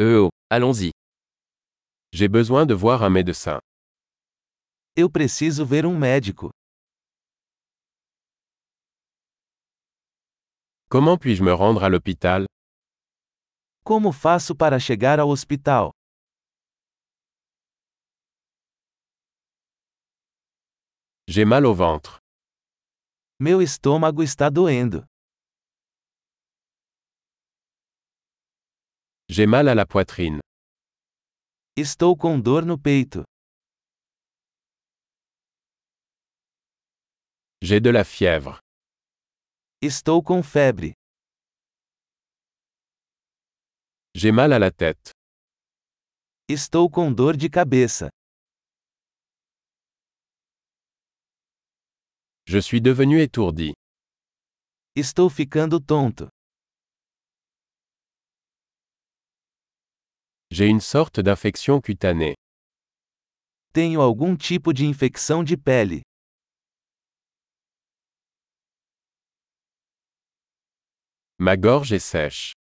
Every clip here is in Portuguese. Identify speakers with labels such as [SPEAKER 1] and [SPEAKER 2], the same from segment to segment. [SPEAKER 1] Eu, allons-y.
[SPEAKER 2] J'ai besoin de voir un médecin.
[SPEAKER 3] Eu preciso ver um médico.
[SPEAKER 2] Comment puis-je me rendre à l'hôpital
[SPEAKER 3] Como faço para chegar ao hospital?
[SPEAKER 2] J'ai mal au ventre.
[SPEAKER 3] Meu estômago está doendo.
[SPEAKER 2] J'ai mal à la poitrine.
[SPEAKER 3] Estou com dor no peito.
[SPEAKER 2] J'ai de la fièvre.
[SPEAKER 3] Estou com febre.
[SPEAKER 2] J'ai mal à la tête.
[SPEAKER 3] Estou com dor de cabeça.
[SPEAKER 2] Je suis devenu étourdi.
[SPEAKER 3] Estou ficando tonto.
[SPEAKER 2] J'ai une sorte d'infection cutanée.
[SPEAKER 3] Tenho algum tipo de infecção de pele.
[SPEAKER 2] Ma gorge est sèche.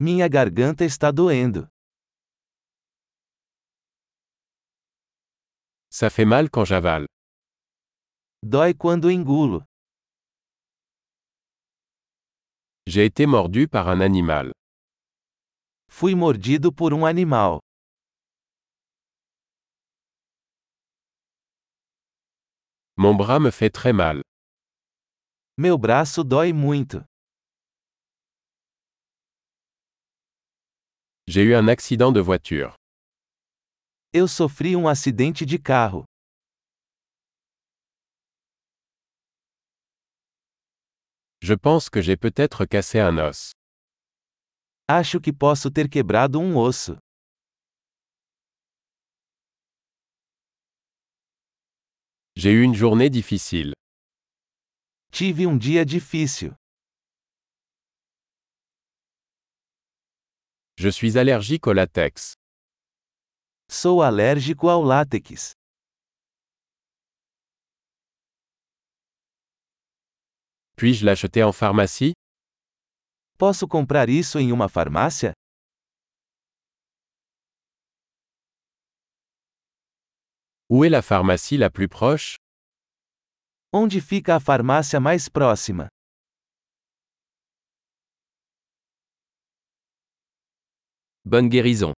[SPEAKER 3] Minha garganta está doendo.
[SPEAKER 2] Ça fait mal quand j'avale.
[SPEAKER 3] Dói quando engulo.
[SPEAKER 2] J'ai été mordu par un animal.
[SPEAKER 3] Fui mordido por um animal.
[SPEAKER 2] Mon bras me fait très mal.
[SPEAKER 3] Meu braço dói muito.
[SPEAKER 2] J'ai eu un accident de voiture.
[SPEAKER 3] Eu sofri um acidente de carro.
[SPEAKER 2] Je pense que j'ai peut-être cassé un os.
[SPEAKER 3] Acho que posso ter quebrado um osso.
[SPEAKER 2] J'ai eu une journée difficile.
[SPEAKER 3] Tive um dia difícil.
[SPEAKER 2] Je suis allergique au latex.
[SPEAKER 3] Sou alérgico ao látex.
[SPEAKER 2] Puis-je l'acheter en pharmacie
[SPEAKER 3] Posso comprar isso em uma farmácia?
[SPEAKER 2] Où est la pharmacie la plus proche
[SPEAKER 3] Onde fica a farmácia mais próxima?
[SPEAKER 1] Bonne guérison.